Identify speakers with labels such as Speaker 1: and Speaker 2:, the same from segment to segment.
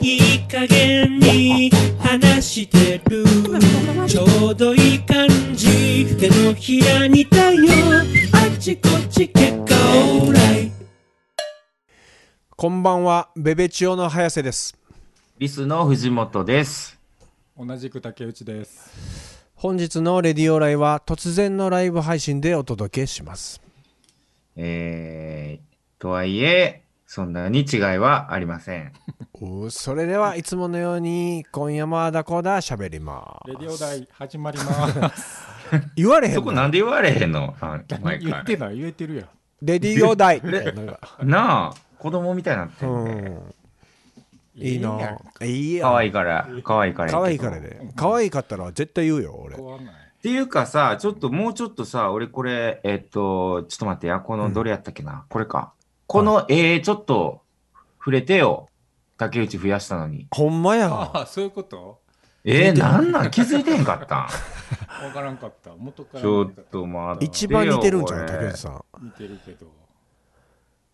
Speaker 1: いい加減に話してるちょうどいい感じ手のひらにだよあちこち結果オーライ
Speaker 2: こんばんは、ベベチオの早瀬です。
Speaker 3: リスの藤本です。
Speaker 4: 同じく竹内です。
Speaker 2: 本日のレディオライは突然のライブ配信でお届けします。
Speaker 3: えー、とはいえ、そんなに違いはありません。
Speaker 2: うーそれではいつものように今夜もあだこだ喋りま
Speaker 4: レディオ台始まります。
Speaker 2: す。言われへ
Speaker 3: そ
Speaker 2: ん
Speaker 3: こ
Speaker 2: の
Speaker 3: なんで言われへんのあ毎
Speaker 4: 言って
Speaker 3: 回。
Speaker 4: ない言えてるやん。
Speaker 2: レディオ台みたいなのが。
Speaker 3: なあ、子供みたいになってん
Speaker 2: う
Speaker 3: ね。
Speaker 2: ん。いいな。いいや。
Speaker 3: 可愛いから、可愛いから。
Speaker 2: 可愛いから。で。可愛かったら絶対言うよ、俺。
Speaker 4: 怖ない。
Speaker 3: っていうかさ、ちょっともうちょっとさ、俺これ、えっと、ちょっと待ってや、こ
Speaker 2: う
Speaker 3: の
Speaker 2: ん
Speaker 3: どれやったっけな、これか。この絵、ちょっと触れてよ。竹内増やしたのに。
Speaker 2: ほんま
Speaker 4: あ
Speaker 2: や。
Speaker 4: あ、そういうこと
Speaker 3: えー、なんなん気づいてへんかったん
Speaker 4: わからんかった。元から
Speaker 3: ちょっと待ってよ。
Speaker 2: 一番似てるんちゃう
Speaker 3: これ
Speaker 2: 竹内さん。
Speaker 4: 似てるけど。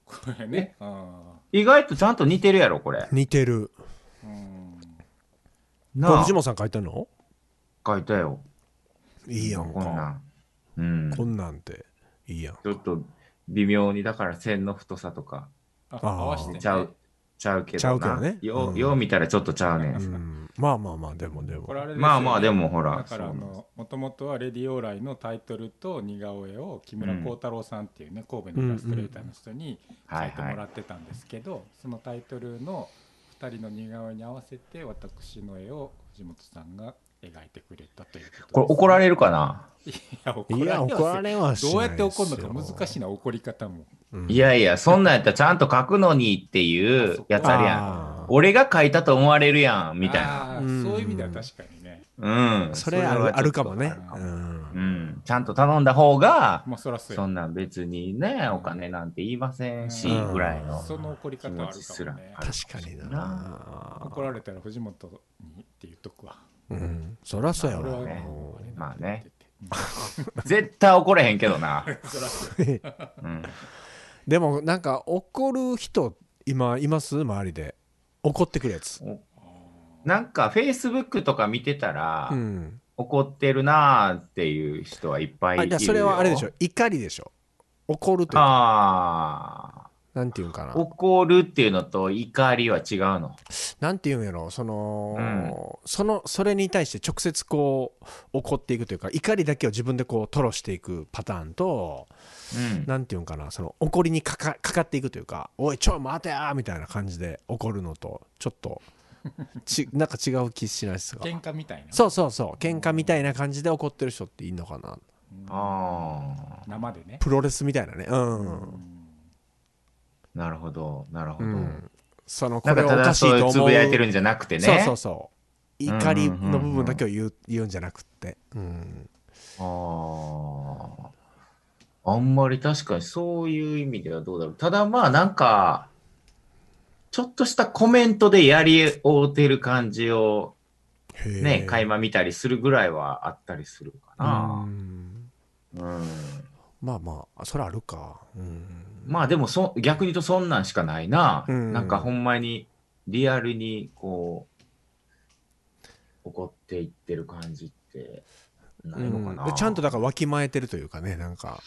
Speaker 4: これね。あ
Speaker 3: 意外とちゃんと似てるやろ、これ。
Speaker 2: 似てる。
Speaker 4: あう
Speaker 2: こ
Speaker 4: ん。
Speaker 2: れ
Speaker 3: なあ
Speaker 2: 藤、本さん書いたの
Speaker 3: 書いたよ。
Speaker 2: いいやん
Speaker 3: こんな
Speaker 2: か。
Speaker 3: ん。うん。
Speaker 2: こんなんて。いいやん。
Speaker 3: ちょっと微妙に、だから線の太さとか、
Speaker 4: あ
Speaker 2: あー
Speaker 4: 合わせて、ね。
Speaker 3: ちゃう、ちゃうけどな。
Speaker 2: ちゃうけどね
Speaker 3: よ
Speaker 2: う
Speaker 3: う、
Speaker 2: ん
Speaker 3: よう見たらちょっとちゃうねん。
Speaker 2: うん。まあまあまあ、でもでも
Speaker 4: こ。れあれですよね
Speaker 3: まあまあ、でもほら。
Speaker 4: だからあのもともとは「レディオーライ」のタイトルと似顔絵を木村光太郎さんっていうね、神戸のイラストレーターの人に
Speaker 3: は
Speaker 4: 書
Speaker 3: い
Speaker 4: いて
Speaker 3: は
Speaker 4: もら
Speaker 3: い。
Speaker 4: ってたんですけど、そのタイトルの2人の似顔絵に合わせて私の絵を藤本さんが描いてくれたということです、
Speaker 3: これ怒ら
Speaker 4: れ
Speaker 3: れるかない
Speaker 4: や怒ら
Speaker 2: い
Speaker 4: れ
Speaker 2: や、
Speaker 4: は
Speaker 2: 怒られはしない
Speaker 4: どうやって怒るのか難しい
Speaker 2: い。
Speaker 4: な怒り方も
Speaker 3: いやいや、そんなんやったらちゃんと書くのにっていうやつあるやん。
Speaker 2: あー
Speaker 3: 俺が書いたと思われるやん、みたいな。
Speaker 4: あー
Speaker 2: うん
Speaker 4: そういう意味では確かにね
Speaker 3: うん。
Speaker 2: それある
Speaker 3: はちょっと
Speaker 2: あるかもね。
Speaker 4: あ
Speaker 2: う
Speaker 4: る
Speaker 3: うんん。ちゃんと頼んだ方が、
Speaker 4: まあそらそうや
Speaker 3: そんなん別にね、お金なんて言いませんし
Speaker 2: うん、
Speaker 3: ぐらいの。
Speaker 4: その怒り方はある
Speaker 3: 気持ちす
Speaker 4: からもね
Speaker 2: 確かにな。
Speaker 4: 怒られたら藤本にって言っとくわ
Speaker 2: うん。そらそうや
Speaker 4: 俺は
Speaker 2: わ。
Speaker 4: もうあれ
Speaker 3: まあ
Speaker 4: だっ
Speaker 3: ね
Speaker 4: て。言って
Speaker 3: 絶対怒れへんけどな。
Speaker 4: うんそらそう
Speaker 3: うん。
Speaker 2: でもなんか怒る人今います周りで。怒ってくるやつ。
Speaker 3: なんか、Facebook とか見てたら、
Speaker 2: うん。
Speaker 3: 怒ってるなーっていう人はいっぱいい
Speaker 2: あ
Speaker 3: る
Speaker 2: じゃ
Speaker 3: よ。
Speaker 2: あそれはあれでしょ。怒りでしょ。怒るというか
Speaker 3: あ
Speaker 2: なんていうんか
Speaker 3: あ。
Speaker 2: な。
Speaker 3: 怒るっていうのと怒りは違うの。
Speaker 2: なんていうんやろ。その、その、それに対して直接こう怒っていくというか、怒りだけを自分でこう吐露していくパターンと、
Speaker 3: うん。
Speaker 2: なんていうんかなその怒りにかかかかっていくというか「おいちょ待てや!」みたいな感じで怒るのとちょっ とちなんか違う気しないですか
Speaker 4: 喧嘩みたいな
Speaker 2: そうそうそう喧嘩みたいな感じで怒ってる人っていいのかな
Speaker 3: ああ。
Speaker 4: 生でね
Speaker 2: プロレスみたいなねうん、
Speaker 3: なるほど、なるほ
Speaker 2: う
Speaker 3: ど。
Speaker 2: ん、その
Speaker 3: な
Speaker 2: こ
Speaker 3: ん
Speaker 2: れ
Speaker 3: か
Speaker 2: お
Speaker 3: た
Speaker 2: か
Speaker 3: だ
Speaker 2: しい
Speaker 3: そ
Speaker 2: と
Speaker 3: ういうつ
Speaker 2: 思う
Speaker 3: ぶやいてるんじゃなくてね。
Speaker 2: そうそうそう怒り
Speaker 3: うんうんうんう
Speaker 2: の
Speaker 3: ん
Speaker 2: 部分だけを言う言うんじゃなくって、うん、
Speaker 3: ああ。あんまり確かにそういう意味ではどうだろう。ただまあなんか、ちょっとしたコメントでやり合うてる感じをね、
Speaker 2: へえ
Speaker 3: 垣間見たりするぐらいはあったりするか
Speaker 2: う
Speaker 3: な。
Speaker 2: ん
Speaker 3: うん。
Speaker 2: まあまあそれあるか、うん、
Speaker 3: まあでもそ、逆に言うとそんなんしかないな。
Speaker 2: うん
Speaker 3: なんかほんまにリアルにこう、怒っていってる感じってないのかな。
Speaker 2: うんちゃんとだからわきまえてるというかねなんか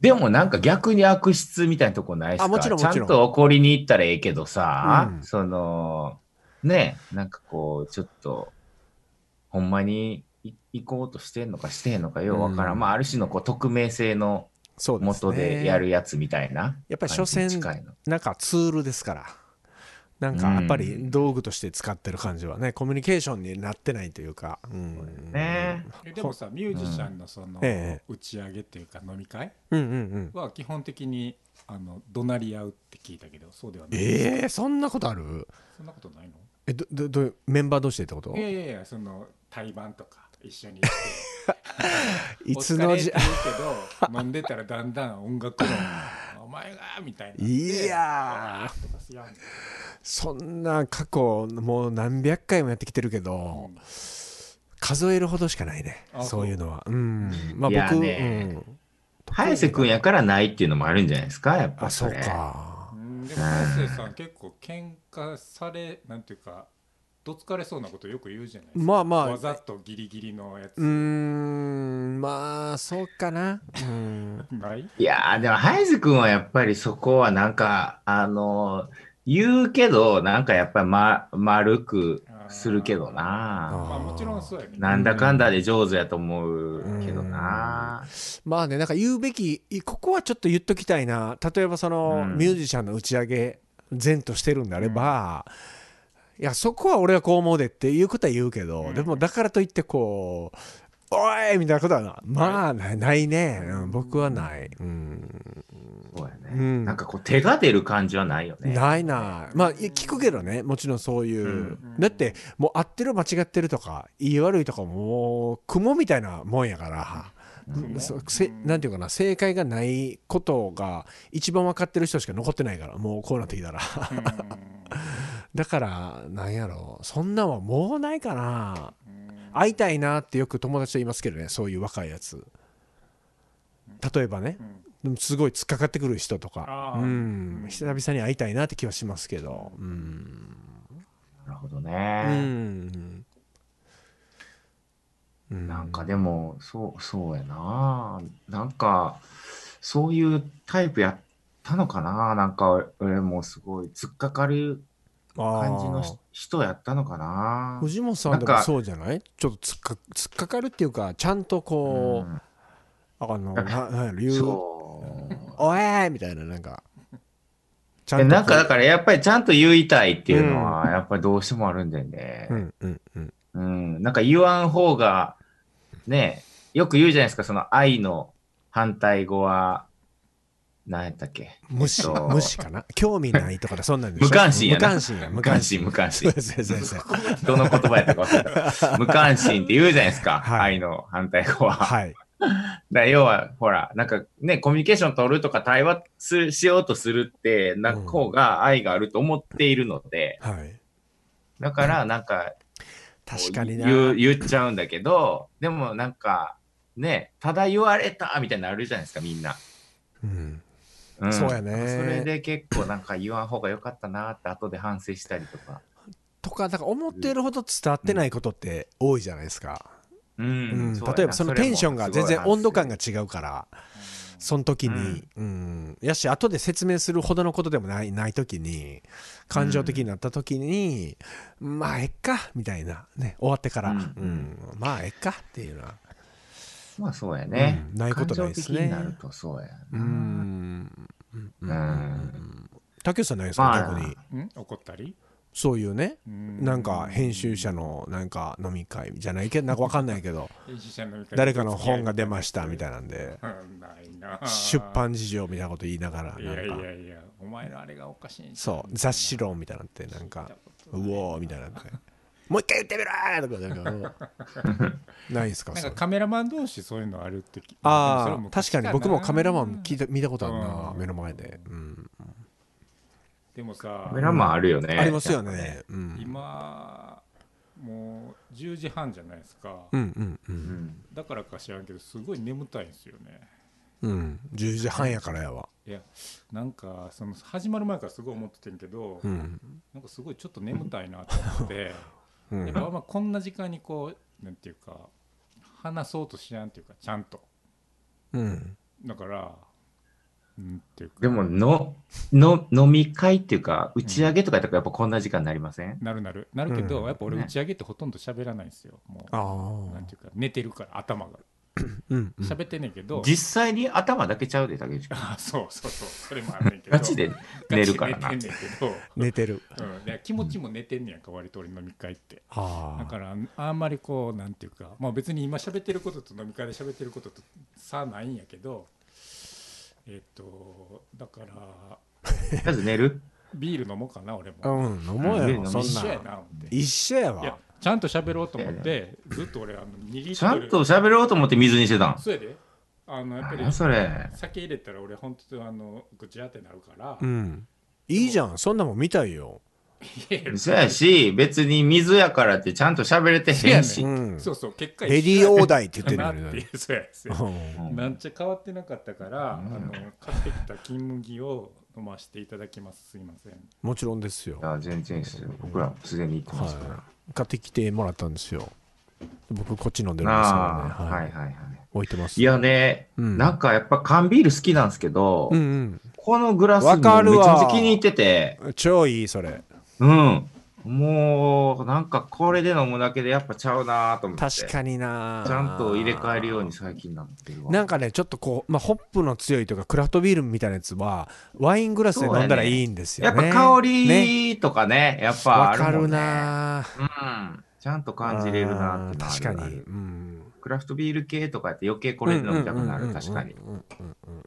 Speaker 3: でもなんか逆に悪質みたいなとこないですか
Speaker 2: あもちろんもちろん
Speaker 3: ちゃんと怒りに行ったらええけどさ、
Speaker 2: うん
Speaker 3: その、ね、なんかこう、ちょっと、ほんまにい行こうとしてんのかしてへんのかようわからん。
Speaker 2: うん
Speaker 3: まあ、ある種のこう匿名性の
Speaker 2: そうですね
Speaker 3: 元でやるやつみたいな。
Speaker 2: やっぱり所詮
Speaker 3: 近いの
Speaker 2: なんかツールですからなんかやっぱり道具として使ってる感じはね、コミュニケーションになってないというか、うん、
Speaker 3: ね。
Speaker 4: えでもさミュージシャンのその
Speaker 2: ええ
Speaker 4: 打ち上げっていうか飲み会
Speaker 2: うんうんうん
Speaker 4: は基本的にあの怒鳴り合うって聞いたけどそうではない
Speaker 2: えー、そんなことある
Speaker 4: そんなことないの
Speaker 2: えどどどういうメンバー同士でってこと
Speaker 4: いやいやいやその対バンとか一緒に行って「
Speaker 2: いつの時
Speaker 4: お疲れって言うけど飲んでたらだんだん音楽論「お前が!」みたいな「
Speaker 2: いやー
Speaker 4: とかすやんねん
Speaker 2: そんな過去もう何百回もやってきてるけど、
Speaker 4: うん
Speaker 2: 数えるほどしかないね
Speaker 4: あ
Speaker 2: そういうのはうんまあ
Speaker 3: いや
Speaker 2: 僕、
Speaker 3: ね
Speaker 2: うん
Speaker 3: 早瀬くんやからないっていうのもあるんじゃないですか、やっぱ
Speaker 2: あそう
Speaker 3: れ。
Speaker 2: か
Speaker 4: うんでも昴生さん結構喧嘩されなんていうかどつかれそうなことよく言うじゃないですか
Speaker 2: まあまあ
Speaker 4: わざとギリギリのやつ、
Speaker 2: うーんまあそうかなうん
Speaker 4: ない
Speaker 3: いやー、でも早瀬くんはやっぱりそこはなんか、あのー言うけど、なんかやっぱり、ま、丸くするけどな。
Speaker 4: まあもちろんそうやね
Speaker 3: なんだかんだで上手やと思うけどな。
Speaker 2: まあねなんか言うべきここはちょっと言っときたいな例えばその、
Speaker 3: うん
Speaker 2: ミュージシャンの打ち上げ善としてるんであれば、いやそこは俺はこう思うでっていうことは言うけど、
Speaker 4: うん
Speaker 2: でもだからといってこう「おい!」みたいなことはなまあないないね、うん、僕はない、うん、
Speaker 3: そうやね、
Speaker 2: うん
Speaker 3: なんかこう手が出る感じはないよね。
Speaker 2: ないないまあいや聞くけどねもちろんそういう、
Speaker 3: うん
Speaker 2: だってもう合ってる間違ってるとか言い悪いとかももう雲みたいなもんやから。
Speaker 4: うん
Speaker 2: そうせなんていうかな正解がないことが一番分かってる人しか残ってないからもうこうなってきたら だからなんやろうそんなんはもうないかな会いたいなってよく友達と言いますけどねそういう若いやつ例えばねでもすごい突っかかってくる人とか
Speaker 4: あー
Speaker 2: うん久々に会いたいなって気はしますけどうん
Speaker 3: なるほど
Speaker 2: う
Speaker 3: ね。
Speaker 2: ん
Speaker 3: なんかでも、そう、そうやな。なんか、そういうタイプやったのかな。なんか、俺もすごい突っかかる感じの
Speaker 2: あー
Speaker 3: ひ人やったのかな。
Speaker 2: 藤本さんで
Speaker 3: なん
Speaker 2: も
Speaker 3: か
Speaker 2: そうじゃないちょっと突っか突っかかるっていうかちゃんとこう、
Speaker 3: うん
Speaker 2: あの、ななんやろ、言う、
Speaker 3: そう。
Speaker 2: おえーみたいな、なんか、ち
Speaker 3: えなんかだ
Speaker 2: か
Speaker 3: からやっぱりちゃんと言いたいっていうのはやっぱりどうしてもあるんだよね。
Speaker 2: うんうんうん。
Speaker 3: うん、なんか言わん方が、ねえ、よく言うじゃないですか、その愛の反対語は、何やったっけ
Speaker 2: 無視、
Speaker 3: えっと
Speaker 2: 無視かな興味ないとかでそんなんでしょ
Speaker 3: 無関心やな
Speaker 2: 無関心や、無
Speaker 3: 無
Speaker 2: 関
Speaker 3: 関
Speaker 2: 心。
Speaker 3: 心、無関
Speaker 2: そ
Speaker 3: 心
Speaker 2: う。ですそうですそうです
Speaker 3: どの言葉やったか忘れ た。無関心って言うじゃないですか、
Speaker 2: はい
Speaker 3: 愛の反対語は。 だか
Speaker 2: はい。
Speaker 3: ら要は、ほら、なんかね、コミュニケーション取るとか対話するしようとするって、な
Speaker 2: うん
Speaker 3: 方が愛があると思っているので、
Speaker 2: はい。
Speaker 3: だからなんか、
Speaker 2: 確かにな。
Speaker 3: 言う言っちゃうんだけど、でもなんか、ね、ただ言われたみたいになるじゃないですか、みんな。
Speaker 2: うん。
Speaker 3: うん
Speaker 2: そうやね
Speaker 3: それで結構なんか言わん方が良かったなって後で反省したりとか。
Speaker 2: とか、だから思っているほど伝わってないことって多いじゃないですか。
Speaker 3: うん
Speaker 2: うん。
Speaker 3: そうやな
Speaker 2: 例えば、そのテンションが全然温度感が。違うから、その時に、うん。やし、後で説明するほどのことでもない、ない時に、感情的になった時に、まあ、えっか、みたいな。ね、終わってから、う
Speaker 3: うん
Speaker 2: ん。まあ、えっか、っていうのは。
Speaker 3: もうそれはそれはまあそうやね、
Speaker 2: うんないことないですね
Speaker 3: 感情的になるとそうや
Speaker 2: う
Speaker 3: な。
Speaker 2: ん。
Speaker 3: うん。
Speaker 2: 竹内さんないですか、
Speaker 3: まあ
Speaker 2: 逆に。
Speaker 4: うん怒ったり
Speaker 2: そういうね、な
Speaker 4: なん
Speaker 2: か編集者のなんか飲み会じゃないけど、なんかわかんないけど、
Speaker 4: 編集者のみたいな
Speaker 2: 誰かの本が出ましたみたいなんで、
Speaker 4: うんないなあ
Speaker 2: 出版事情みたいなこと言いながら、
Speaker 4: い
Speaker 2: な
Speaker 4: やい
Speaker 2: んか
Speaker 4: や、いやお前のあれがおかしいんじゃん
Speaker 2: そう、雑誌論みたいなんて、なんか、うおーみたいなんで、もう一回言ってみろーとか、なんかうん、ないですか、
Speaker 4: なん
Speaker 2: そ
Speaker 4: か
Speaker 2: れ
Speaker 4: カメラマン同士そういうのあるってきそれ
Speaker 2: あ
Speaker 4: も
Speaker 2: あ、
Speaker 4: 昔
Speaker 2: 確かに僕もカメラマン聞い
Speaker 4: た
Speaker 2: た見たことあるな、
Speaker 4: うん
Speaker 2: 目の前で。うん
Speaker 4: でもさ
Speaker 3: カメラマンあるよね。
Speaker 2: ありますよね。うん
Speaker 4: 今もう10時半じゃないですか、
Speaker 2: うんうんう
Speaker 3: うんん。
Speaker 4: だからか知らんけどすごい眠たいんですよね
Speaker 2: うん、10時半やからやわ。
Speaker 4: いやなんかその始まる前からすごい思っててんけど、
Speaker 2: うん
Speaker 4: なんかすごいちょっと眠たいなと思 って、
Speaker 2: う
Speaker 4: やっ
Speaker 2: ん
Speaker 4: ぱあんまこんな時間にこうなんていうか話そうとしやんっていうかちゃんと
Speaker 2: うん
Speaker 4: だからうんっていうか
Speaker 3: でもの、の、飲み会っていうか、打ち上げとかやったらやっぱこんな時間になりません、
Speaker 4: なるなるなるけど、
Speaker 2: うん
Speaker 4: やっぱ俺
Speaker 3: ね
Speaker 4: 打ち上げってほとんど喋らないんですよも
Speaker 2: ああ
Speaker 4: うなんていうか寝てるから頭が
Speaker 2: うんうん
Speaker 4: 喋ってんねんけど、
Speaker 3: 実際に頭だけちゃうで、竹内 君。
Speaker 4: あ そうそうそうそれもあんねんけど
Speaker 3: ガチで寝るからな
Speaker 4: ガ。チで寝てんねんけど
Speaker 2: 寝てる
Speaker 4: うん、で気持ちも寝てんねやんか割と俺飲み会ってだ
Speaker 2: あ
Speaker 4: からあんあんまりこうなんていうか、まあ、別に今喋ってることと飲み会で喋ってることと差ないんやけどえっ、とだから
Speaker 3: まず寝る
Speaker 4: ビール飲もうかな俺も
Speaker 2: あうん飲もう
Speaker 3: ビ
Speaker 2: よ
Speaker 3: ール飲
Speaker 2: そ
Speaker 3: み
Speaker 2: ん
Speaker 4: 一緒
Speaker 2: な
Speaker 4: や
Speaker 2: ん
Speaker 4: な思ってい
Speaker 2: 一緒や
Speaker 4: や
Speaker 2: わ
Speaker 4: ちゃんと喋ろうと思ってずっと俺あの2リットル
Speaker 3: ちゃんと喋ろうと思って水にしてたん。
Speaker 4: そうやであのやっぱり
Speaker 3: 何それ。
Speaker 4: 酒入れたら俺本当あのぐちゃってなるから、
Speaker 2: うんいいじゃんそんなもん見たいよ
Speaker 3: そうやし、別に水やからってちゃんと喋れてへんし。
Speaker 4: そうや
Speaker 2: ん
Speaker 4: そうそう結果
Speaker 2: ヘリーオーダイって言って
Speaker 4: か
Speaker 2: る
Speaker 4: な
Speaker 2: よ
Speaker 4: ってい
Speaker 2: ね
Speaker 4: うそうやです
Speaker 2: う。ん
Speaker 3: うん
Speaker 4: なんちゃ変わってなかったから、
Speaker 3: うん
Speaker 4: あの買ってきた金麦を飲ませていただきますすいません
Speaker 2: もちろんですよ
Speaker 3: いや全然ですよ僕らもすでに行ってますから。
Speaker 2: はい、買ってきてもらったんですよ僕こっち飲んでるんですけどね、
Speaker 3: ああ、
Speaker 2: は
Speaker 3: はいいはいはい。
Speaker 2: 置いてます
Speaker 3: いやね、
Speaker 2: うん
Speaker 3: なんかやっぱ缶ビール好きなんですけど、
Speaker 2: うん
Speaker 3: このグラスも
Speaker 2: わ
Speaker 3: めち
Speaker 2: か
Speaker 3: ゃめ
Speaker 2: るわ
Speaker 3: ちゃ気に入ってて、
Speaker 2: うん超いいそれ
Speaker 3: うん。もう、なんかこれで飲むだけでやっぱちゃうなと思って。
Speaker 2: 確かにな
Speaker 3: ちゃんと入れ替えるように最近なってるわ。
Speaker 2: なんかねちょっとこう、まあ、ホップの強いとかクラフトビールみたいなやつはワイングラスで飲んだらいいんです
Speaker 3: や
Speaker 2: よ
Speaker 3: っ
Speaker 2: ね
Speaker 3: ぱ香
Speaker 2: ね
Speaker 3: りとかね、やっぱ
Speaker 2: わ
Speaker 3: あるも
Speaker 2: か
Speaker 3: んね。
Speaker 2: るな
Speaker 3: うん。ちゃんと感じれるなってのはある
Speaker 2: 確か
Speaker 3: あ
Speaker 2: に、
Speaker 3: る
Speaker 2: うん、
Speaker 3: クラフトビール系とかやって余計これで飲みたくなる。確かに
Speaker 2: う。んうんうんうんうん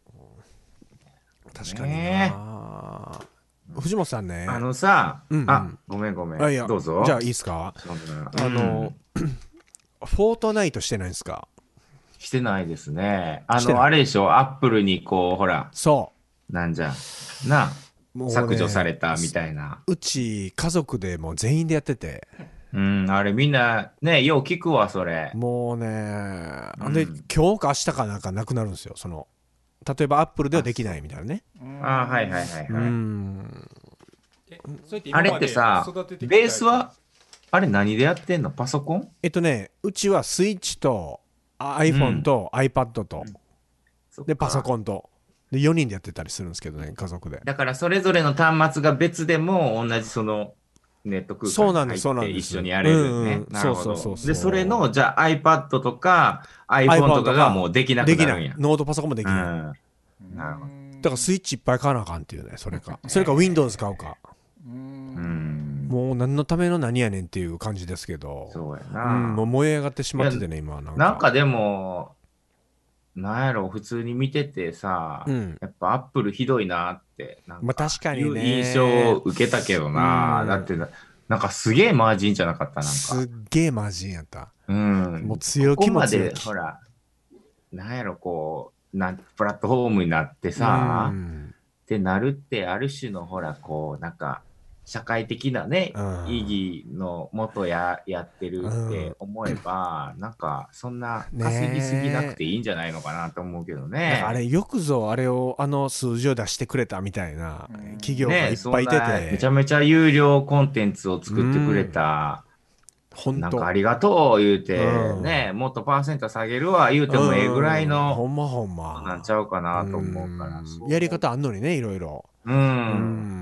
Speaker 2: 確かに
Speaker 3: ね
Speaker 2: な藤本さんね
Speaker 3: あのさ、
Speaker 2: うんうん
Speaker 3: あ、ごめんごめ
Speaker 2: あいや
Speaker 3: ん。どうぞ。
Speaker 2: じゃあいいですか
Speaker 3: そんな
Speaker 2: あの、 フォートナイトしてないですか
Speaker 3: してないですね。あ
Speaker 2: してない
Speaker 3: の、あれでしょ、アップルにこう、ほら、
Speaker 2: そ
Speaker 3: なんじゃ、な
Speaker 2: うもう
Speaker 3: あ、
Speaker 2: ね
Speaker 3: 削除されたみたいな。
Speaker 2: うち家族でもう全員でやってて
Speaker 3: うん、あれみんな、ね、よう聞くわ、それ。
Speaker 2: もうねあ
Speaker 3: うん
Speaker 2: で、今日か明日かなんかなくなるんですよその例えばアップルではできないみたいなね
Speaker 3: あーはいはいはいうはい。
Speaker 2: ん
Speaker 4: えそうやって今
Speaker 3: あれ
Speaker 4: ま
Speaker 3: っ
Speaker 4: で
Speaker 3: てさ
Speaker 4: 育てて、きた
Speaker 3: ベースは、あれ何でやってんのパソコン
Speaker 2: えっとねうちはスイッチとあ iPhone と iPad と、でパソ
Speaker 3: ン。
Speaker 2: コンとで4人でやってたりするんですけどね家族で
Speaker 3: だから、それぞれの端末が別でも、同じその、ネット空
Speaker 2: そうな
Speaker 3: 間
Speaker 2: んで
Speaker 3: に
Speaker 2: すそうなん
Speaker 3: 入って
Speaker 2: です
Speaker 3: 一緒にやれる
Speaker 2: うん
Speaker 3: ね
Speaker 2: う。ん
Speaker 3: なるほ
Speaker 2: そう
Speaker 3: ど
Speaker 2: そうそうそう
Speaker 3: で、それの、じゃあ iPad とか iPhone とかがもうできなく
Speaker 2: できな
Speaker 3: なるん
Speaker 2: い
Speaker 3: や。
Speaker 2: ノートパソコンもできない、
Speaker 3: うんなるほど
Speaker 2: だからスイッチいっぱい買わなあかんっていうねそれかそれか Windows 買うか
Speaker 4: う
Speaker 3: うんん。
Speaker 2: もう何のための何やねんっていう感じですけど
Speaker 3: そうや
Speaker 2: う
Speaker 3: な。
Speaker 2: ん、もう燃え上がってしまっててね今はなんか
Speaker 3: なんかでも、なんやろ、普通に見ててさ、
Speaker 2: うん
Speaker 3: やっぱアップルひどいなって、なん
Speaker 2: まあ確かにね
Speaker 3: いう印象を受けたけどな、
Speaker 2: うん
Speaker 3: だってな、なんかすげえマージンじゃなかった、なん
Speaker 2: す
Speaker 3: か。
Speaker 2: っげえマジンやった
Speaker 3: うん。
Speaker 2: もう
Speaker 3: こ
Speaker 2: 強
Speaker 3: こ
Speaker 2: 気も
Speaker 3: ま
Speaker 2: 強
Speaker 3: で、
Speaker 2: 気
Speaker 3: ほら、なんやろ、こう、なんプラットフォームになってさ、
Speaker 2: う
Speaker 3: っ
Speaker 2: ん
Speaker 3: てなるって、ある種のほら、こう、なんか、社会的なね、
Speaker 2: うん
Speaker 3: 意義のもとややってるって思えば、なんかそんな稼ぎすぎなくていいんじゃないのかなと思うけど
Speaker 2: なん
Speaker 3: ね。
Speaker 2: かあれよくぞあれをあの数字を出してくれたみたいな
Speaker 4: うん
Speaker 2: 企業が
Speaker 3: ね
Speaker 2: いっ
Speaker 3: そん
Speaker 2: ぱ
Speaker 3: ない
Speaker 2: いて
Speaker 3: めち
Speaker 2: て、
Speaker 3: ゃめちゃ有料コンテンツを作ってくれた、
Speaker 2: 本
Speaker 3: なん
Speaker 2: 当
Speaker 3: かありがとう言うて、
Speaker 2: うん
Speaker 3: ね、もっとパーセント下げるわ言うてもええぐらい
Speaker 2: うんほ
Speaker 3: の、
Speaker 2: んまほんま
Speaker 3: なんちゃうかなと思うから。
Speaker 2: ん
Speaker 3: そう
Speaker 2: やり、方あんのにねいろいろ
Speaker 3: うん、
Speaker 2: う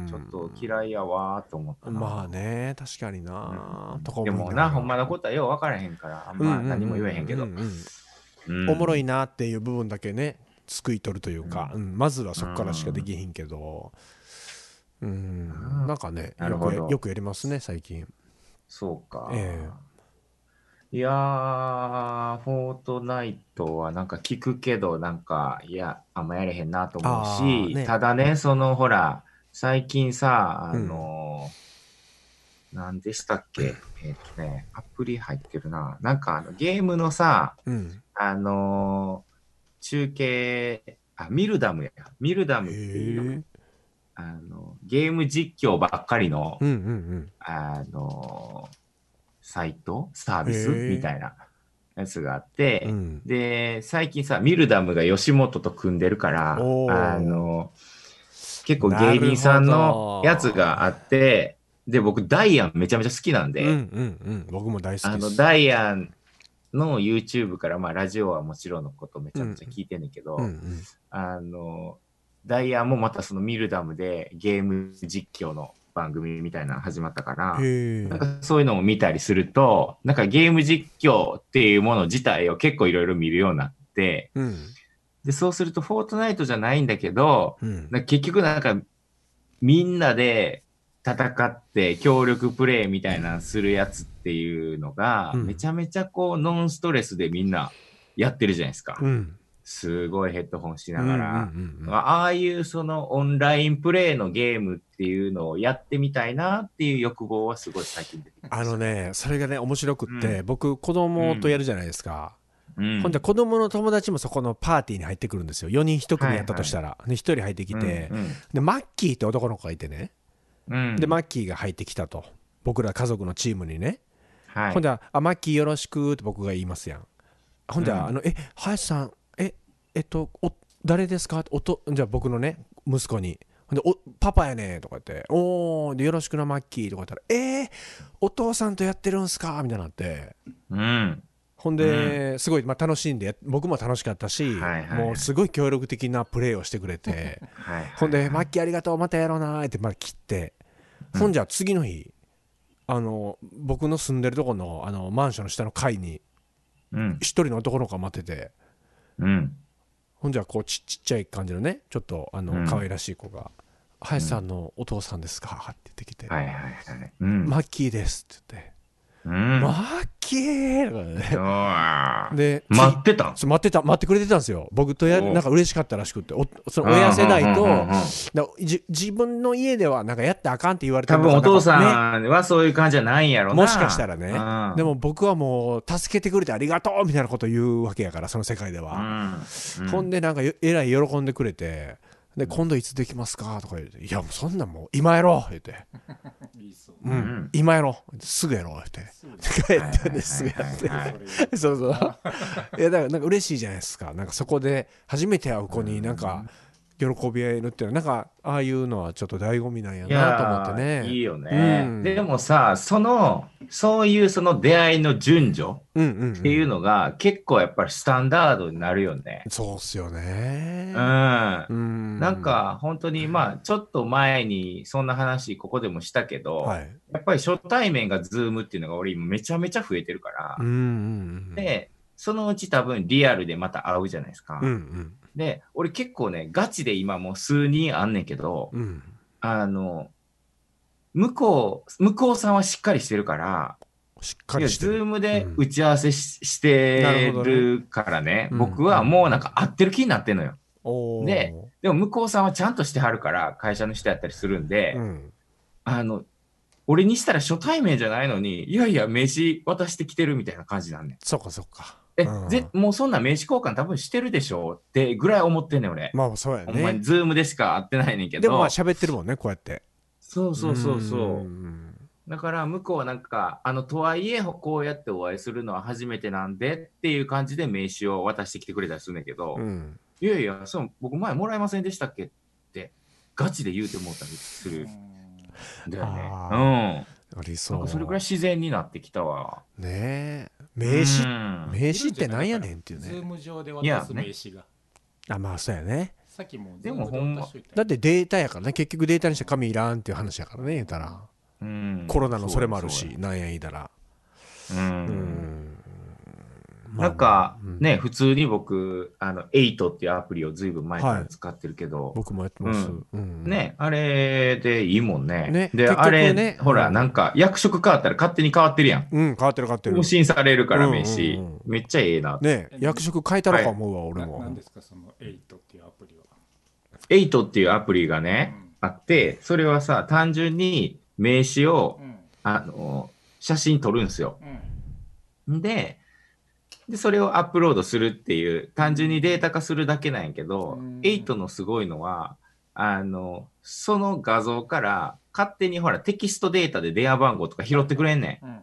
Speaker 2: ん
Speaker 3: ちょっと嫌いやわーと思ったな。
Speaker 2: まあね確かにな、とか思
Speaker 3: で
Speaker 2: い
Speaker 3: も
Speaker 2: がら
Speaker 3: な、ほんまのことはよう分からへんから、あん
Speaker 2: うん
Speaker 3: ま何も言えへんけど
Speaker 2: う。ううん
Speaker 3: うん
Speaker 2: おもろいなっていう部分だけね救い取るというか、
Speaker 3: う
Speaker 2: うんまずはそこからしかできひんけどうん、
Speaker 3: うん
Speaker 2: なんかね
Speaker 3: な
Speaker 2: よ
Speaker 3: るほ
Speaker 2: く
Speaker 3: ど
Speaker 2: やよくやりますね最近
Speaker 3: そうか。
Speaker 2: え
Speaker 3: いやー、フォートナイトはなんか聞くけど、なんか、いや、あんまやれへんなと思
Speaker 2: あ
Speaker 3: う
Speaker 2: ー
Speaker 3: し、
Speaker 2: ね
Speaker 3: ただね、そのほら、最近さ、あのー、なんでしたっけ、えっとね、アプリ入ってるな。なんかあのゲームのさ、
Speaker 2: うん
Speaker 3: あのー中継、あ、ミルダムや。ミルダ
Speaker 2: へ
Speaker 3: ムっていう、
Speaker 2: え
Speaker 3: あの、ゲーム実況ばっかりの、
Speaker 2: うんうん
Speaker 3: あのサイトサー
Speaker 2: へ
Speaker 3: ビス
Speaker 2: ー
Speaker 3: みたいなやつがあって、
Speaker 2: うんうん
Speaker 3: で、最近さ、ミルダムが吉本と組んでるから、あ
Speaker 2: おー
Speaker 3: の結構芸人さんのやつがあって、で、僕、ダイアンめちゃめちゃ好きなん
Speaker 2: うん
Speaker 3: で、
Speaker 2: うんうん僕も大好
Speaker 3: あ
Speaker 2: きで
Speaker 3: の、
Speaker 2: す
Speaker 3: ダイアンの YouTube から、まあ、ラジオはもちろんのことめちゃめちゃ聞いてんねんけど、
Speaker 2: うんうん
Speaker 3: あの、ダイアンもまたそのミルダムでゲーム実況の番組みたいなの始まったから、
Speaker 2: へえ
Speaker 3: なんかそういうのも見たりすると、なんかゲーム実況っていうもの自体を結構いろいろ見るようになって、
Speaker 2: うん
Speaker 3: で、そうするとフォートナイトじゃないんだけど、
Speaker 2: うん
Speaker 3: なんか結局なんかみんなで戦って協力プレイみたいなのするやつっていうのが、
Speaker 2: うん
Speaker 3: めちゃめちゃこうノンストレスでみんなやってるじゃないですか。
Speaker 2: うん
Speaker 3: すごいヘッドホンしながら。
Speaker 2: うんうんうんうん
Speaker 3: ああいうそのオンラインプレイのゲームっていうのをやってみたいなっていう欲望はすごい最近出てきました
Speaker 2: あのねそれがね面白くって、
Speaker 3: う
Speaker 2: 僕子供とやるじゃないですか、
Speaker 3: うん
Speaker 2: ほんで子供の友達もそこのパーティーに入ってくるんですよ4人1組やったとしたら、で1人入ってきて、
Speaker 3: うんうん
Speaker 2: でマッキーって男の子がいてね
Speaker 3: うん。
Speaker 2: でマッキーが入ってきたと僕ら家族のチームにね、
Speaker 3: はい
Speaker 2: ほん。で「あマッキーよろしく」って僕が言いますやんほんで「あのえ林さんええっとお誰ですか?」おとじゃあ僕のね息子に「ほんでおパパやね」とか言って「おおよろしくなマッキー」とか言ったら「えー、お父さんとやってるんすか?」みたいになって
Speaker 3: うん。
Speaker 2: ほんで、すごい、まあ、楽しんでや僕も楽しかったし、
Speaker 3: はいはい
Speaker 2: もうすごい協力的なプレーをしてくれ て
Speaker 3: はいはい。
Speaker 2: ほんで「マッキーありがとうまたやろうな」ってまあ切って、ほんじゃ次の日あの僕の住んでるとこのあのマンションの下の階に
Speaker 3: うん。
Speaker 2: 一人の男の子が待ってて
Speaker 3: うん。
Speaker 2: ほんじゃこうちちっちゃい感じのねちょっとあの、
Speaker 3: うん
Speaker 2: 可愛らしい子が「林さんのお父さんですか?」って言ってきて「
Speaker 3: はいはいはい。うん。
Speaker 2: マッキーです」って
Speaker 3: うん。
Speaker 2: 言って「マッキー!」 とかね
Speaker 3: うわー
Speaker 2: で
Speaker 3: 待ってたん
Speaker 2: そう待ってた待ってくれてたんですよ僕とや
Speaker 3: お
Speaker 2: なんか嬉しかったらしくっておその親世代と
Speaker 3: うんうんうんうん
Speaker 2: だじ自分の家ではなんかやってあかんって言われて
Speaker 3: 多
Speaker 2: る
Speaker 3: 分お父
Speaker 2: ね
Speaker 3: さんはそういう感じじゃないんやろな。
Speaker 2: もしかしたらね、
Speaker 3: うん
Speaker 2: で、も僕はもう助けてくれてありがとうみたいなこと言うわけやからその世界で
Speaker 3: う
Speaker 2: は、
Speaker 3: ん。
Speaker 2: ほ
Speaker 3: うん
Speaker 2: んでなんかよえらい喜んでくれてで今度いつできますかとか言って「いやもうそんなんもう今やろう」言 って
Speaker 4: いいっすよ
Speaker 2: 「うん、
Speaker 3: ん
Speaker 2: 今やろう」すぐやろう言って
Speaker 4: そうです
Speaker 2: 帰ってねすぐやって
Speaker 4: ねそ れ
Speaker 2: そうそう。いやだからなんか嬉しいじゃないですか。なんかそこで初めて会う子になんか喜び合えるっていうのはなんかああいうのはちょっと醍醐味なんや
Speaker 3: いや
Speaker 2: なと思って
Speaker 3: ー
Speaker 2: ね。
Speaker 3: いいよね、
Speaker 2: うん
Speaker 3: でもさ、その、そういうその出会いの順序っ
Speaker 2: うんうん、うん。
Speaker 3: ていうのが、結構やっぱりスタンダードになるよね。
Speaker 2: そうっすよ
Speaker 3: う
Speaker 2: ね
Speaker 3: ん。。な
Speaker 2: うん。
Speaker 3: んか本当にまあちょっと前にそんな話ここでもしたけど、
Speaker 2: はい。
Speaker 3: やっぱり初対面がズームっていうのが俺今めちゃめちゃ増えてるから、
Speaker 2: うんうんうん。
Speaker 3: でそのうち多分リアルでまた会うじゃないですか、
Speaker 2: うんうん
Speaker 3: で俺結構ねガチで今もう数人あんねんけど、
Speaker 2: うん。
Speaker 3: あの向こう向こうさんはしっかりしてるから
Speaker 2: しっかりして
Speaker 3: いやズ
Speaker 2: る。
Speaker 3: ームで
Speaker 2: うん
Speaker 3: 打ち合わせし,、て
Speaker 2: なる
Speaker 3: るからね
Speaker 2: うん
Speaker 3: 僕はもうなんか会ってる気になってんのよ、
Speaker 2: おー
Speaker 3: ででも向こうさんはちゃんとしてはるから会社の人やったりするんで、
Speaker 2: うん。
Speaker 3: あの俺にしたら初対面じゃないのにいやいや名刺渡してきてるみたいな感じなんねん
Speaker 2: そうかそうか。
Speaker 3: え、
Speaker 2: うん
Speaker 3: ぜもうそんな名刺交換多分してるでしょうってぐらい思ってんねん俺。
Speaker 2: まあそうや
Speaker 3: ほんまに
Speaker 2: ね。
Speaker 3: ズームでしか会ってないねんけど。
Speaker 2: でもまあ喋ってるもんねこうやって。
Speaker 3: そうそうそうそ
Speaker 2: ん
Speaker 3: う。
Speaker 2: ん
Speaker 3: だから向こうはなんか、あの、とはいえ、こうやってお会いするのは初めてなんでっていう感じで名刺を渡してきてくれたりするんだけど、
Speaker 2: うん。うん。
Speaker 3: いやいや、そう、僕前もらえませんでしたっけって、ガチで言うてもうたりするんだよ
Speaker 2: あ
Speaker 3: ね。
Speaker 2: あり
Speaker 3: うん。
Speaker 2: そ
Speaker 3: なん
Speaker 2: う。
Speaker 3: かそれぐらい自然になってきたわ。
Speaker 2: ねえ。名刺
Speaker 3: うん
Speaker 2: 名刺ってなんやねんっていう
Speaker 4: ズー
Speaker 2: ね
Speaker 4: ム上で渡す
Speaker 3: いや
Speaker 4: 名
Speaker 3: ね
Speaker 4: 刺が
Speaker 2: あまあそうやね
Speaker 4: さっきも
Speaker 3: でもほんま
Speaker 4: ズームで渡しといた
Speaker 2: だってデータやからね結局データにして紙いらんっていう話やからね言うたら
Speaker 3: うん
Speaker 2: コロナのそれもある
Speaker 3: そう
Speaker 2: しなんや言いたら
Speaker 3: そううん
Speaker 2: うん
Speaker 3: なんか
Speaker 2: うん
Speaker 3: ね、普通に僕、あの、8っていうアプリをずいぶん前から使ってるけど、
Speaker 2: 僕もやってます
Speaker 3: うん
Speaker 2: うん
Speaker 3: ね、あれでいいもんね。
Speaker 2: ね
Speaker 3: で、
Speaker 2: 結局ね
Speaker 3: あれ、ほら、
Speaker 2: うん
Speaker 3: なんか役職変わったら勝手に変わってるやん。
Speaker 2: うん変わってる変わってる
Speaker 3: 更新されるから、名刺、
Speaker 2: うんうんうん
Speaker 3: めっちゃええな。
Speaker 2: ね役職変えたのか思うわ俺
Speaker 4: ななん
Speaker 2: も
Speaker 4: ですかそのエイトっていうアプリは
Speaker 3: 8っていうアプリがね、あって、それはさ、単純に名刺を
Speaker 4: う、ん
Speaker 3: あの、写真撮るんすよ。
Speaker 4: うん
Speaker 3: んで、で、それをアップロードするっていう、単純にデータ化するだけなんやけど
Speaker 4: うん、
Speaker 3: 8のすごいのは、あの、その画像から、勝手にほら、テキストデータで電話番号とか拾ってくれんねん。
Speaker 4: うん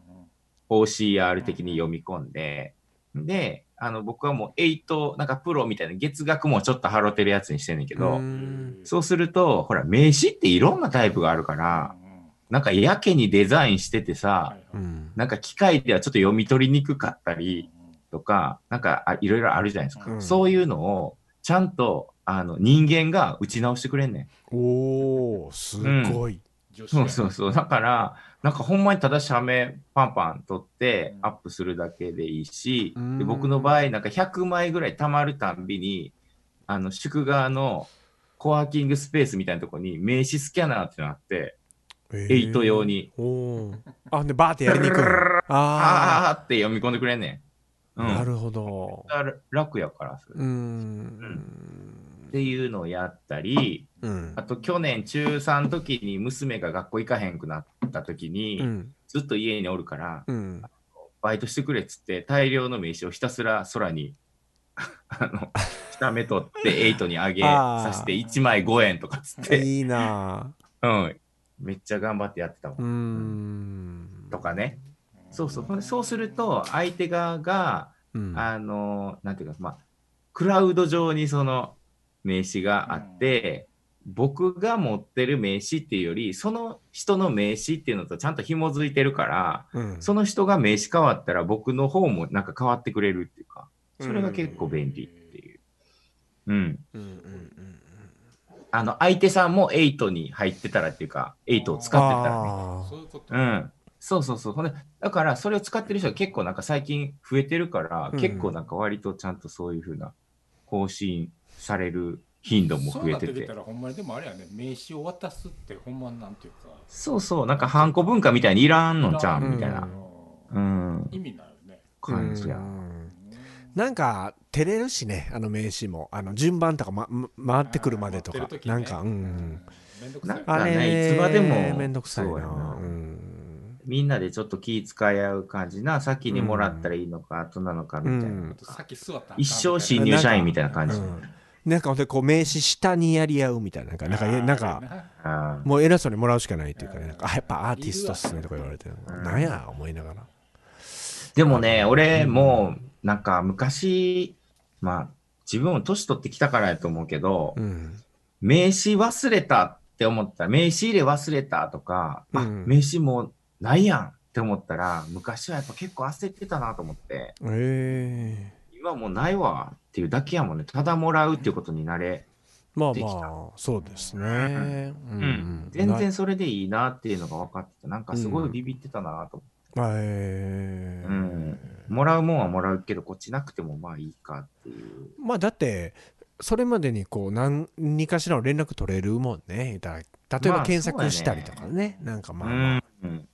Speaker 3: OCR 的に読み込んで。で、あの、僕はもう8、なんかプロみたいな月額もちょっと払ってるやつにしてんねんけ
Speaker 2: う
Speaker 3: ど、
Speaker 4: うん
Speaker 2: ん
Speaker 3: そうすると、ほら、名刺っていろんなタイプがあるか
Speaker 4: うん
Speaker 3: ら、
Speaker 4: うん
Speaker 3: なんかやけにデザインしてて
Speaker 4: は
Speaker 3: さ、
Speaker 4: いは
Speaker 2: う
Speaker 4: い
Speaker 2: ん
Speaker 3: なんか機械ではちょっと読み取りにくかったり、とか、なんかあいろいろあるじゃないですか。
Speaker 2: うん
Speaker 3: そういうのをちゃんとあの人間が打ち直してくれんねん。
Speaker 2: おーすごい
Speaker 4: 女子
Speaker 3: そ
Speaker 4: や
Speaker 3: うそうそう。だから、なんかほんまにただ写メパンパン撮って
Speaker 4: うん
Speaker 3: アップするだけでいいし、
Speaker 2: うん
Speaker 3: で僕の場合、なんか100枚ぐらい溜まるたんびに、あの、宿側のコワーキングスペースみたいなとこに名刺スキャナーってのあって、8用に
Speaker 2: おーあでバーってやりにくいあ
Speaker 3: あーって読み込んでくれんねん。
Speaker 2: あ
Speaker 3: うん。
Speaker 2: なるほど
Speaker 3: 楽やから、それ
Speaker 2: う
Speaker 3: っ
Speaker 2: ん
Speaker 3: ていうのをやったり、
Speaker 2: うん
Speaker 3: あと去年中3の時に娘が学校行かへんくなった時に、
Speaker 2: うん
Speaker 3: ずっと家におるから、
Speaker 2: うん
Speaker 3: バイトしてくれっつって大量の名刺をひたすら空に あの下目取ってエイトにあげ
Speaker 2: あー
Speaker 3: させて1枚5円とかっつって、
Speaker 2: いいなあ
Speaker 3: うん、めっちゃ頑張ってやってたもん
Speaker 2: うーん
Speaker 3: とかね。そうそう。ほんでそうすると、相手側が、
Speaker 2: うん
Speaker 3: あの、なんていうか、まあ、クラウド上にその名刺があって、僕が持ってる名刺っていうより、その人の名刺っていうのとちゃんと紐づいてるから、
Speaker 2: うん
Speaker 3: その人が名刺変わったら僕の方もなんか変わってくれるっていうか、それが結構便利っていう。うん。
Speaker 2: うんうんうん
Speaker 3: あの、相手さんも8に入ってたらっていうか、8を使ってたらね。
Speaker 2: あ
Speaker 4: そういうこと。
Speaker 3: う。ん。そうそうそう。ほんで、だからそれを使ってる人が結構なんか最近増えてるから、
Speaker 2: うん
Speaker 3: 結構なんか割とちゃんとそういうふうな更新される頻度も
Speaker 4: そう
Speaker 3: 増え
Speaker 4: なってて
Speaker 3: て。
Speaker 4: きたらほんまにでもあれやね名刺を渡すってほんまなんていうか
Speaker 3: そうそう、なんかハンコ文化みたいにいらんのじゃ
Speaker 2: うんん
Speaker 3: みたいな、うん、
Speaker 4: 意味ないよね。
Speaker 2: ー
Speaker 3: 感じや。
Speaker 2: うんなんか照れるしねあの名刺もあの順番とか、ま、回ってくるまでとか、
Speaker 4: 持ってる時ね
Speaker 2: なんかうん、
Speaker 4: めんどくさ
Speaker 3: ないん
Speaker 4: よ
Speaker 3: か
Speaker 4: ね。
Speaker 3: ね、いつまでも。
Speaker 2: めんどくさいな
Speaker 3: そうやな
Speaker 2: うん
Speaker 3: みんなでちょっと気使い合う感じな、先にもらったらいいのか、後なのかみた
Speaker 2: う
Speaker 3: いな。
Speaker 2: ん
Speaker 4: あとさっき座ったらあかんみ
Speaker 3: 一
Speaker 4: たい
Speaker 3: 生
Speaker 4: な。
Speaker 3: 新入社員みたいな感じ。
Speaker 2: うんなんかほんでこう名刺下にやり合うみたいななんかなんか
Speaker 4: あー
Speaker 2: なんか
Speaker 3: あー
Speaker 2: もう偉そうにもらうしかないっていうかねなんかあやっぱアーティストっす
Speaker 4: い
Speaker 2: ね
Speaker 4: る
Speaker 2: とか言われて
Speaker 3: ん
Speaker 2: なんや思いながら
Speaker 3: でもね、俺もうなんか昔、まあ自分も年取ってきたからやと思うけど、
Speaker 2: うん
Speaker 3: 名刺忘れたって思ったら、名刺入れ忘れたとか、あ
Speaker 2: うん
Speaker 3: 名刺もうないやんって思ったら、昔はやっぱ結構焦ってたなと思って、
Speaker 2: ええ
Speaker 3: 今もうないわっていうだけやもんね。ただもらうっていうことになれ。
Speaker 2: まあ
Speaker 3: でき
Speaker 2: まあそうですねうん
Speaker 3: 全然それでいいなっていうのが分かってた。なんかすごいビビってたなと思って。
Speaker 2: なええ
Speaker 3: うんもらうもんはもらうけど、こっちなくてもまあいいかっていう。
Speaker 2: まあだってそれまでにこう何何かしらの連絡取れるもんね言ったら例え
Speaker 3: ま
Speaker 2: ば
Speaker 3: あ
Speaker 2: 検索したりとかねなんかまあまあ
Speaker 3: うん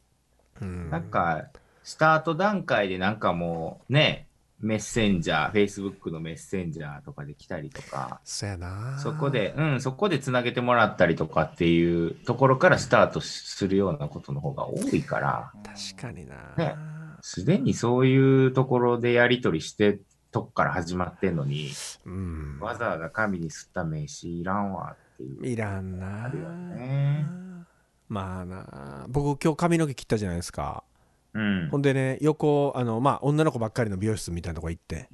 Speaker 2: うん
Speaker 3: なんか、スタート段階でなんかもうね、メッセンジャー、Facebook のメッセンジャーとかで来たりとか、
Speaker 2: そやな
Speaker 3: そこで、うん、そこでつなげてもらったりとかっていうところからスタートするようなことの方が多いから、
Speaker 2: 確かにな
Speaker 3: ねすでにそういうところでやり取りして、とこから始まってんのに、
Speaker 2: うん
Speaker 3: わざわざ神に吸った名刺いらんわっていう。
Speaker 2: いらんな
Speaker 3: あるよね
Speaker 2: まあな僕今日髪の毛切ったじゃないですか
Speaker 3: うん。
Speaker 2: ほ
Speaker 3: は
Speaker 2: んでね横あのまあ女の子ばっかりの美容室みたいなとこ行って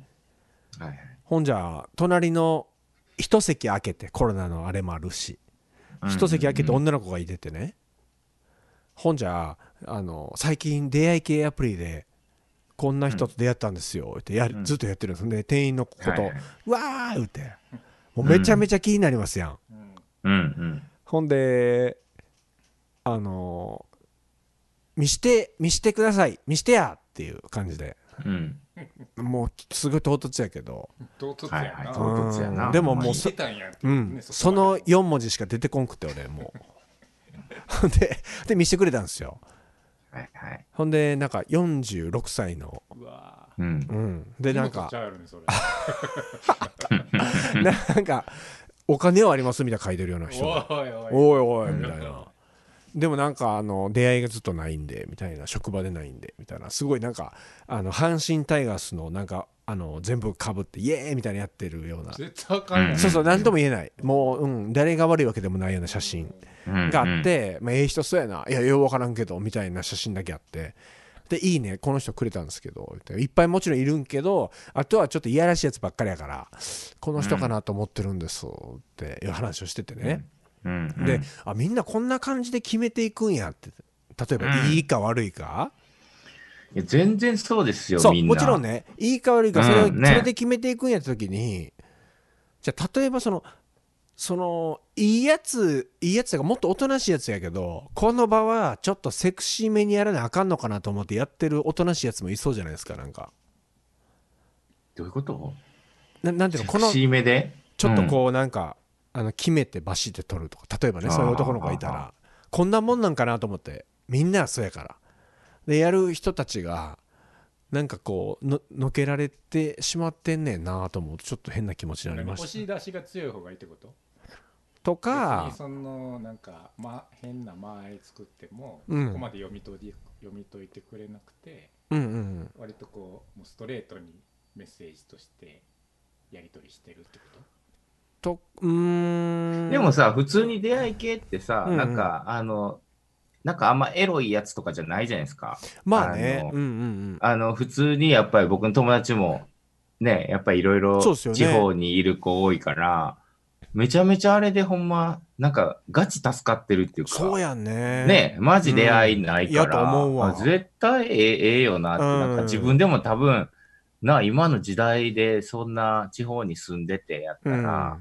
Speaker 3: いはい。
Speaker 2: ほんじゃ隣の一席空けてコロナのあれもあるし一席空けて
Speaker 3: うん
Speaker 2: 女の子がいててねほんじゃあの最近出会い系アプリでこんな人と出会ったんですよってやる
Speaker 3: うん
Speaker 2: ずっとやってるんですで店員のこと
Speaker 3: はいはい
Speaker 2: 「わー!」ってもうめちゃめちゃ気になりますやん
Speaker 4: う
Speaker 3: うん
Speaker 4: ん
Speaker 3: うん。
Speaker 2: ほんであの見して見してください見してやっていう感じで
Speaker 3: うん。
Speaker 2: もうすごい唐突やけど
Speaker 4: 唐突や
Speaker 3: はいは。
Speaker 4: ない
Speaker 2: う
Speaker 3: 唐突や
Speaker 2: う
Speaker 3: な。
Speaker 2: んでも
Speaker 4: も
Speaker 2: も
Speaker 4: う
Speaker 2: うそ
Speaker 4: てたんやって
Speaker 2: う
Speaker 4: ね
Speaker 2: ん、そ
Speaker 4: こま
Speaker 2: の
Speaker 4: で
Speaker 2: 4文字しか出てこんくって俺もう でで見してくれたんですよ
Speaker 3: はいはい。
Speaker 2: ほんでなんか46歳の、
Speaker 4: うわー
Speaker 3: うん
Speaker 2: う。ん、でなんか
Speaker 4: 見事ちゃうよねそ れ
Speaker 2: なんかお金はありますみたいな書いてるような人が
Speaker 4: おいおい
Speaker 2: おいおいみたい
Speaker 4: うん
Speaker 2: なでもなんかあの出会いがずっとないんでみたいな職場でないんでみたいなすごいなんかあの阪神タイガースのなんかあの全部かぶってイエーイみたいなやってるような
Speaker 4: 絶対あかんやん
Speaker 2: そうそう何とも言えないもう、うん、誰が悪いわけでもないような写真
Speaker 3: うん
Speaker 2: があっ。て、まあ、ええ人そうやな、いや、ようわからんけど、みたいな写真だけあって、で、いいね、この人くれたんですけど、っていっぱいもちろんいるんけど、あとはちょっといやらしいやつばっかりやから、この人かなと思ってるんですっていう話をしててね。
Speaker 3: うん。うん
Speaker 2: で、あ、みんなこんな感じで決めていくんやって、例えば、
Speaker 3: うん
Speaker 2: いいか悪いか、
Speaker 3: いや全然そうですよ、
Speaker 2: そう、
Speaker 3: みんな。
Speaker 2: もちろんね、いいか悪いか、それ,、
Speaker 3: うんね
Speaker 2: それで決めていくんやった時に、じゃあ、例えばその、その、いいやつ、いいやつというか、もっとおとなしいやつやけど、この場はちょっとセクシーめにやらなあかんのかなと思ってやってるおとなしいやつもいそうじゃないですか、なんか。
Speaker 3: どういうこと
Speaker 2: ななんていうの、こ
Speaker 3: こ
Speaker 2: の、
Speaker 3: の
Speaker 2: ち
Speaker 3: 節目で
Speaker 2: ょっとこう、なんか、あの決めてバシって取るとか、例えばね、
Speaker 3: あー
Speaker 2: そういう男の子がいたら、こんなもんなんかなと思って、みんなそうやから。で、やる人たちが、なんかこうののけられてしまってんねんなと思うとちょっと変な気持ちになりま
Speaker 4: 押
Speaker 2: し
Speaker 4: した出しが強い方がいいってこと
Speaker 2: と
Speaker 4: 別
Speaker 2: か
Speaker 4: にそのなんか、ま、変な間合い作っても、
Speaker 2: うん
Speaker 4: ここまで読み解いて読み解いてくれなくて
Speaker 2: うんうん
Speaker 4: 割とこうもうストレートにメッセージとしてやり取りしてるってこと
Speaker 2: とうーん
Speaker 3: でもさ、普通に出会い系ってさ、
Speaker 2: うんうん
Speaker 3: なんか、あの、なんかあんまエロいやつとかじゃないじゃないですか。
Speaker 2: まあね
Speaker 3: あの
Speaker 2: うんうん
Speaker 3: あの、普通にやっぱり僕の友達も、ね、やっぱりいろいろ
Speaker 2: そうっすよね
Speaker 3: 地方にいる子多いから、めちゃめちゃあれでほんま、なんかガチ助かってるっ
Speaker 2: う
Speaker 3: ていう
Speaker 2: ん
Speaker 3: か、
Speaker 2: そうやんね
Speaker 3: ね、マジ出会いないから、
Speaker 2: うんいやと思うわ
Speaker 3: あ絶対ええええよなって、なん
Speaker 2: うん
Speaker 3: か自分でも多分、な、今の時代でそんな地方に住んでてやった
Speaker 2: うん
Speaker 3: ら、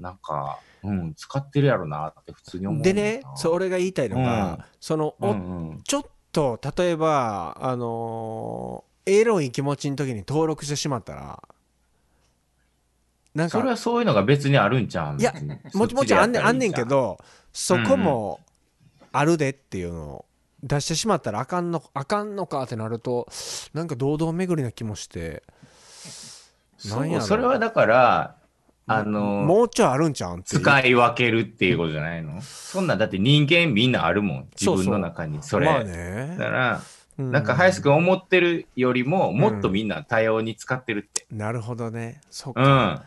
Speaker 3: なんか、うん、使ってるやろなって普通に思う。
Speaker 2: でねそう、俺が言いたいのが、
Speaker 3: うん
Speaker 2: その、
Speaker 3: う
Speaker 2: お
Speaker 3: んうん、
Speaker 2: ちょっと例えばあのーエロい気持ちの時に登録してしまったらなん
Speaker 3: それ
Speaker 2: か
Speaker 3: はそういうのが別にあるんちゃうん
Speaker 2: いや
Speaker 3: 別に
Speaker 2: もちもちろんあんねんあんねんけ。
Speaker 3: そっちでやったらいいじゃ
Speaker 2: どそこもあるでっていうのを出してしまったらあかんのあかんのかってなるとなんか堂々巡りな気もして
Speaker 3: そ
Speaker 2: なんや
Speaker 3: う
Speaker 2: ろ
Speaker 3: それはだから、あの、
Speaker 2: もうちょいあるんちゃうんっていう
Speaker 3: 使い分けるっていうことじゃないのそんなんだって人間みんなあるもん。自分の中に、それ。
Speaker 2: まあね
Speaker 3: だから、
Speaker 2: う
Speaker 3: なんか林くん思ってるよりも、もっとみんな多様に使ってるって。
Speaker 2: なるほどねそっ
Speaker 3: うん。
Speaker 2: か、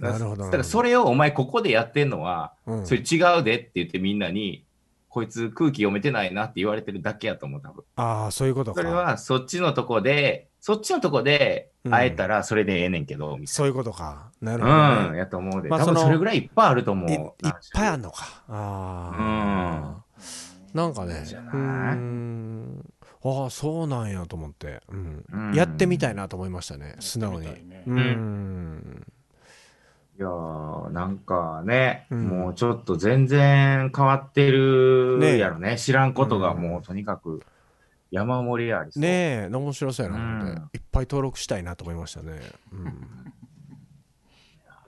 Speaker 3: だ
Speaker 2: なるほど
Speaker 3: だからそれをお前ここでやってんのは、
Speaker 2: うん
Speaker 3: それ違うでって言ってみんなに、こいつ空気読めてないなって言われてるだけやと思う、多分。
Speaker 2: ああそういうことか
Speaker 3: それはそっちのとこで、そっちのとこで
Speaker 2: うん
Speaker 3: 会えたらそれでええねんけど、みたい
Speaker 2: そういうことかなるほどね、
Speaker 3: な。うん、やと思うで。
Speaker 2: まあ
Speaker 3: 多分
Speaker 2: その
Speaker 3: それぐらいいっぱいあると思う。
Speaker 2: いいっぱいあんのかあーなんかね
Speaker 3: じゃないう
Speaker 2: ーんああそうなんやと思って、うん
Speaker 3: うん
Speaker 2: やってみたいなと思いましたね素直に、
Speaker 4: やってみたいね
Speaker 2: うーん
Speaker 3: いやー、なんかね、
Speaker 2: うん
Speaker 3: もうちょっと全然変わってる
Speaker 2: ね
Speaker 3: やろね。知らんことがも
Speaker 2: う
Speaker 3: うとにかく山盛りありそう。
Speaker 2: ねえ面白そうやなと思って、
Speaker 3: うん
Speaker 2: いっぱい登録したいなと思いましたね、うん、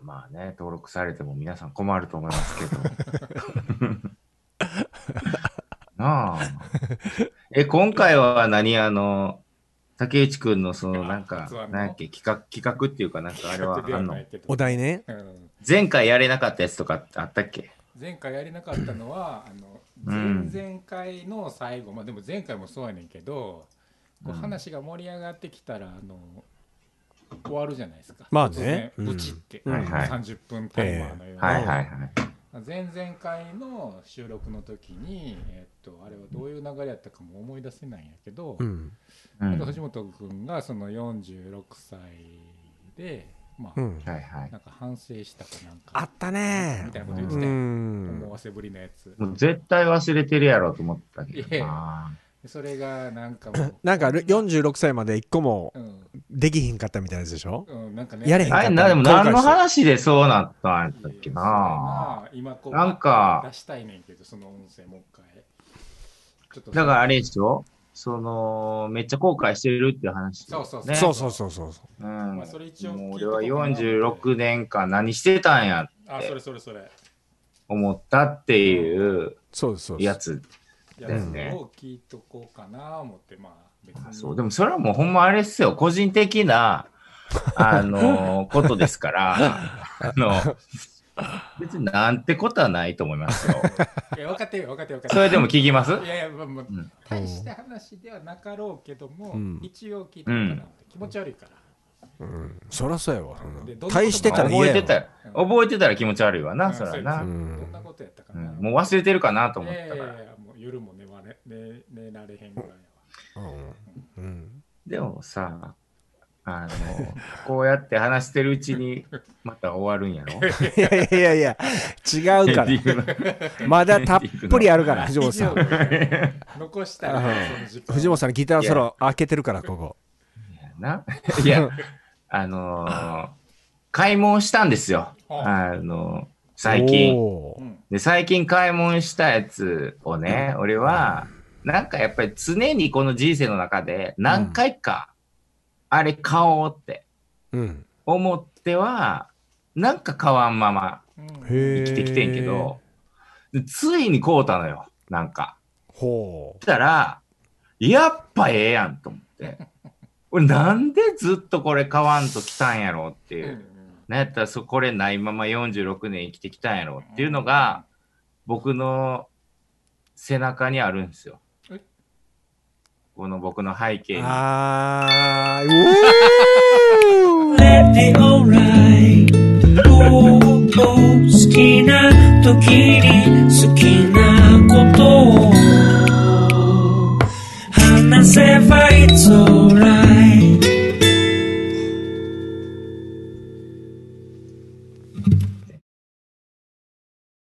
Speaker 3: まあね、登録されても皆さん困ると思いますけ ど。なあ。え、今回は何あの、竹内くんのそのなんか
Speaker 4: 発案、の
Speaker 3: 何やっけ、企画、企画っていうかなんかあれは
Speaker 4: 企画で
Speaker 3: あ
Speaker 4: は
Speaker 3: の
Speaker 4: ない、けど
Speaker 2: お題ね
Speaker 4: うん
Speaker 3: 前回やれなかったやつとかあったっけ
Speaker 4: 前回やりなかったのはあの
Speaker 3: うん
Speaker 4: 前々回の最後まあでも前回もそうやねんけど
Speaker 3: う
Speaker 4: こう
Speaker 3: ん
Speaker 4: 話が盛り上がってきたらあの終わるじゃないですか
Speaker 2: まあね
Speaker 4: 突然ブチって
Speaker 2: うん
Speaker 3: はいはい
Speaker 4: 30分タイマーのよう
Speaker 3: はいはい
Speaker 4: な
Speaker 3: はい。
Speaker 4: 前々回の収録の時にえっとあれはどういう流れやったかも思い出せないんやけど
Speaker 2: うん
Speaker 3: う
Speaker 4: なん
Speaker 3: ん
Speaker 4: か
Speaker 3: はい
Speaker 4: 藤本君がその46歳でま
Speaker 2: う
Speaker 4: あ
Speaker 2: ん
Speaker 3: はい
Speaker 4: な。んか反省したかなんか
Speaker 2: あったね
Speaker 4: みたいなこと
Speaker 2: う
Speaker 4: 言ってたよ思
Speaker 2: ん
Speaker 4: わせぶりなやつ
Speaker 3: もう絶対忘れてるやろと思ったけ
Speaker 4: い
Speaker 3: ど
Speaker 4: や
Speaker 3: な。
Speaker 4: でそれがなんかもう
Speaker 2: なんか46歳まで一個も
Speaker 4: うん
Speaker 2: できひんかったみたいなやつでしょ
Speaker 4: うんなんかね
Speaker 2: やれへん
Speaker 3: あれ、な、でも何の話でそうなったんだっけな。
Speaker 4: 今こう
Speaker 3: なんか
Speaker 4: 出したいねんけどその音声もう一回ちょっと
Speaker 3: だからあれでしょその、めっちゃ後悔してるっていう話。
Speaker 4: そうそう
Speaker 3: ね
Speaker 2: そうそうそうそうそう
Speaker 3: う
Speaker 4: まあ
Speaker 3: ん
Speaker 4: それ一応聞いとこうかな
Speaker 3: もう俺は46年間何してたんやって
Speaker 4: あそれそれそれ
Speaker 3: 思ったっていう
Speaker 2: そうですそうです
Speaker 3: やつ。
Speaker 4: や
Speaker 3: だよ
Speaker 4: つ
Speaker 3: ね
Speaker 4: を聞いとこうかな思ってまあ別に
Speaker 3: そう。でもそれはもうほんまあれっすよ。個人的 な、あのーことですから、あの、別になんてことはないと思いますよ。
Speaker 4: いや分かってるよ分かってる分
Speaker 3: そ
Speaker 4: かっ
Speaker 3: れ
Speaker 4: て
Speaker 3: でも聞きます
Speaker 4: るいやいやまあまあ
Speaker 3: うん
Speaker 4: 大した話ではなかろうけども、
Speaker 2: うん
Speaker 4: 一応聞いとこうかなって気持ち悪いから、
Speaker 2: うんそらそうやわ。
Speaker 4: でどんなこと
Speaker 2: 大してたら嫌
Speaker 3: 覚
Speaker 2: や
Speaker 3: え
Speaker 2: わ
Speaker 3: てたら、覚えてたら気持ち悪いわな、
Speaker 4: うん
Speaker 3: そら
Speaker 4: う
Speaker 3: な、
Speaker 4: んどんなことやったか
Speaker 3: うん
Speaker 4: な、
Speaker 3: もう忘れてるかなと思っ
Speaker 4: い
Speaker 3: た
Speaker 4: やい
Speaker 3: か
Speaker 4: や
Speaker 3: ら。
Speaker 4: いやもう夜も寝まれ寝寝られへんぐらいは
Speaker 2: うんうん
Speaker 3: でもさ、あの、こうやって話してるうちに、また終わるんやろ
Speaker 2: いやいやいやいや、違うか
Speaker 3: エンディングの
Speaker 2: ら。まだたっぷりあるから、藤本さん。
Speaker 4: 以上 残したらその時間
Speaker 2: 藤本さんのギターソロ開けてるから、ここ。
Speaker 3: な。 いや、あのー買い物したんですよ。
Speaker 4: は
Speaker 3: あのー最近。
Speaker 2: おー
Speaker 4: うん
Speaker 3: で、最近買い物したやつをね、俺は、なんかやっぱり常にこの人生の中で何回か、あれ買おうって
Speaker 2: うん。
Speaker 3: 思っては、なんか買わんまま
Speaker 4: うん
Speaker 2: へ
Speaker 3: 生
Speaker 2: ー
Speaker 3: きてきてんけど、でついに買うたのよ、なんか。
Speaker 2: ほ
Speaker 3: そしたら、やっぱええやんと思って。 俺なんでずっとこれ買わんときたんやろうっていうう。
Speaker 4: ん
Speaker 3: なんやったらそこれないまま46年生きてきたんやろうっていうのが、僕の背中にあるんですよ
Speaker 4: え。
Speaker 3: この僕の背景
Speaker 2: う。
Speaker 3: に。
Speaker 2: あー、う
Speaker 1: Let the alright 好きな時に好きなことを狭い空